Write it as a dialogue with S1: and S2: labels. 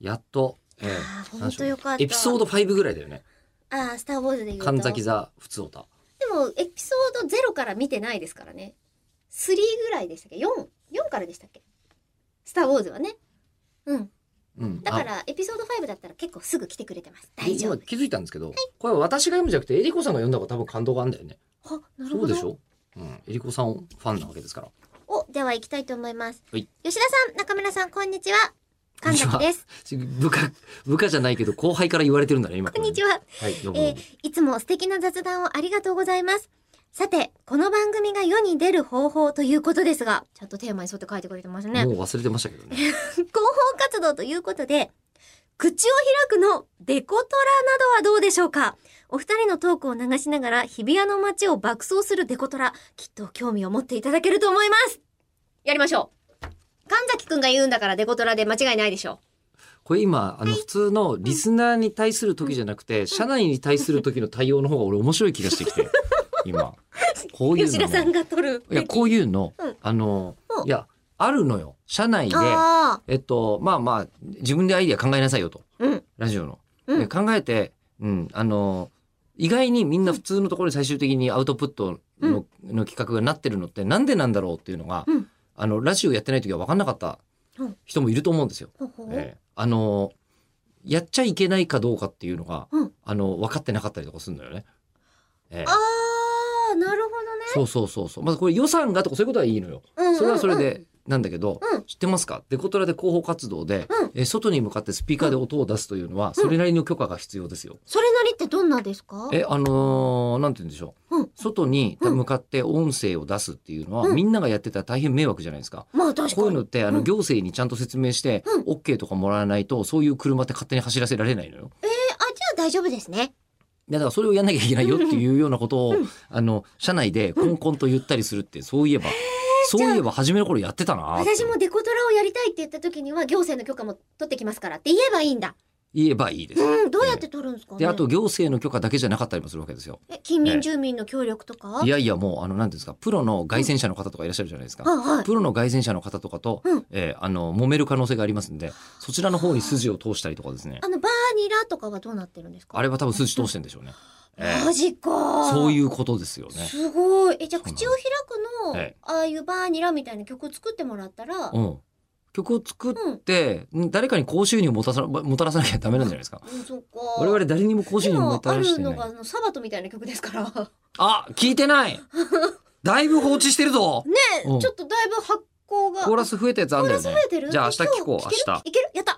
S1: やっと、え
S2: あー
S1: なんでしょう
S2: ほんとよかった
S1: エピソード5ぐらいだよね。
S2: ああ、スターウォーズで言うと。
S1: 神崎座、普通歌。
S2: でも、エピソード0から見てないですからね。3ぐらいでしたっけ ?4、4からでしたっけスターウォーズはね。うん。
S1: うん。
S2: だか
S1: あ、
S2: ら、エピソード5だったら結構すぐ来てくれてます。大丈
S1: 今
S2: 夫。
S1: 気づいたんですけど、これは私が読むんじゃなくて、えりこさんが読んだ方が多分感動があるんだよね。
S2: あ、なる
S1: そ
S2: ほ
S1: う
S2: ど。
S1: でしょうん。えりこさんファンなわけですから。
S2: お、では行きたいと思います。
S1: はい
S2: 吉田さん、中村さん、こんにちは。
S1: こん
S2: 神
S1: にちは
S2: 崎です。
S1: 部下、部下じゃないけど、後輩から言われてるんだね、今。
S2: こんにちは。
S1: は。はい、どうも。
S2: えーいつも素敵な雑談をありがとうございます。さて、この番組が世に出る方法ということですが、ちゃんとテーマに沿って書いてくれてますね。
S1: もう忘れてましたけどね。
S2: 広報活動ということで、口を開くのデコトラなどはどうでしょうかお二人のトークを流しながら日比谷の街を爆走するデコトラ、きっと興味を持っていただけると思いますやりましょう神崎くんが言うんだからデコトラで間違いないでしょ
S1: これ今、あの、普通のリスナーに対する時じゃなくて、社内に対する時の対応の方が俺面白い気がしてきて、今。こういうのも
S2: 吉田さんが取る。
S1: いや、こういうの
S2: うん、
S1: あの
S2: う、ん
S1: いや、あるのよ。社内で、
S2: ああ、
S1: えっと、まあまあ、自分でアイディア考えなさいよと。
S2: うん、
S1: ラジオの。
S2: うん
S1: で考えて、うん、あの、意外にみんな普通のところに最終的にアウトプットの,、の企画がなってるのってなんでなんだろうっていうのが、
S2: うん
S1: あの、ラジオやってない時は分かんなかった
S2: うん
S1: 人もいると思うんですよ。
S2: ほほ
S1: ええあの、やっちゃいけないかどうかっていうのが、
S2: うん
S1: あの、分かってなかったりとかするんだよね。ええ
S2: ああ、なるほどね。
S1: そうそうそうそう。まずこれ予算がとかそういうことはいいのよ。
S2: うんうんうん
S1: それはそれでなんだけど、
S2: うん
S1: 知ってますかデコトラで広報活動で、
S2: うん
S1: えー外に向かってスピーカーで音を出すというのは、それなりの許可が必要ですよ。
S2: それなりってどんなですか
S1: え、あのーなんて言うんでしょう。
S2: うん
S1: 外に向かって音声を出すっていうのは、
S2: うん
S1: みんながやってたら大変迷惑じゃないですか。
S2: まあ確かに。
S1: こういうのって、あ
S2: う
S1: の、
S2: ん
S1: 行政にちゃんと説明して、
S2: うん
S1: OK とかもらわないと、そういう車って勝手に走らせられないのよ。
S2: えあ、じゃあ大丈夫ですね。
S1: だからそれをやんなきゃいけないよっていうようなことを、
S2: うん
S1: あの、社内でコンコンと言ったりするって、そういえば、そういえば初めの頃やってたなーって
S2: 私もデコトラをやりたいって言った時には行政の許可も取ってきますからって言えばいいんだ。
S1: 言えばいいです。
S2: うん、どうやって取るんですかね。
S1: で、あと行政の許可だけじゃなかったりもするわけですよ。
S2: え、近隣住民の協力とか。
S1: いやいや、もう、あの、なんていうんですか、プロの外旋者の方とかいらっしゃるじゃないですか。
S2: はいはい。
S1: プロの外旋者の方とかと、
S2: うん
S1: えーあの、揉める可能性がありますんで、そちらの方に筋を通したりとかですね。
S2: あのバーニラとかはどうなってるんですか。
S1: あれは多分筋通してんでしょうね。えー
S2: マジか。。
S1: そういううことですよね。
S2: すごい。え、じゃあ
S1: そうなん
S2: 口を開く
S1: え
S2: の、
S1: え
S2: ああいうバーニラみたいな曲を作ってもらったら、う。
S1: うんん。曲を作って、ん誰かに高収入をもたさもたらさなきゃダメなんじゃないですか。
S2: そっか。
S1: 我々誰にも高収入をも
S2: 今
S1: た
S2: あ
S1: らし
S2: る
S1: て
S2: の
S1: な
S2: があ
S1: い。
S2: のサバトみたいな曲ですから。ね
S1: あ、聞いてない だいぶ放置してるぞ
S2: え、
S1: うん
S2: ちょっとだいぶ発行が。
S1: コーラス増えたやつあんだよね
S2: 増えてる
S1: じゃあ明日聞こう
S2: 今日聞ける
S1: 明日
S2: いけるやった。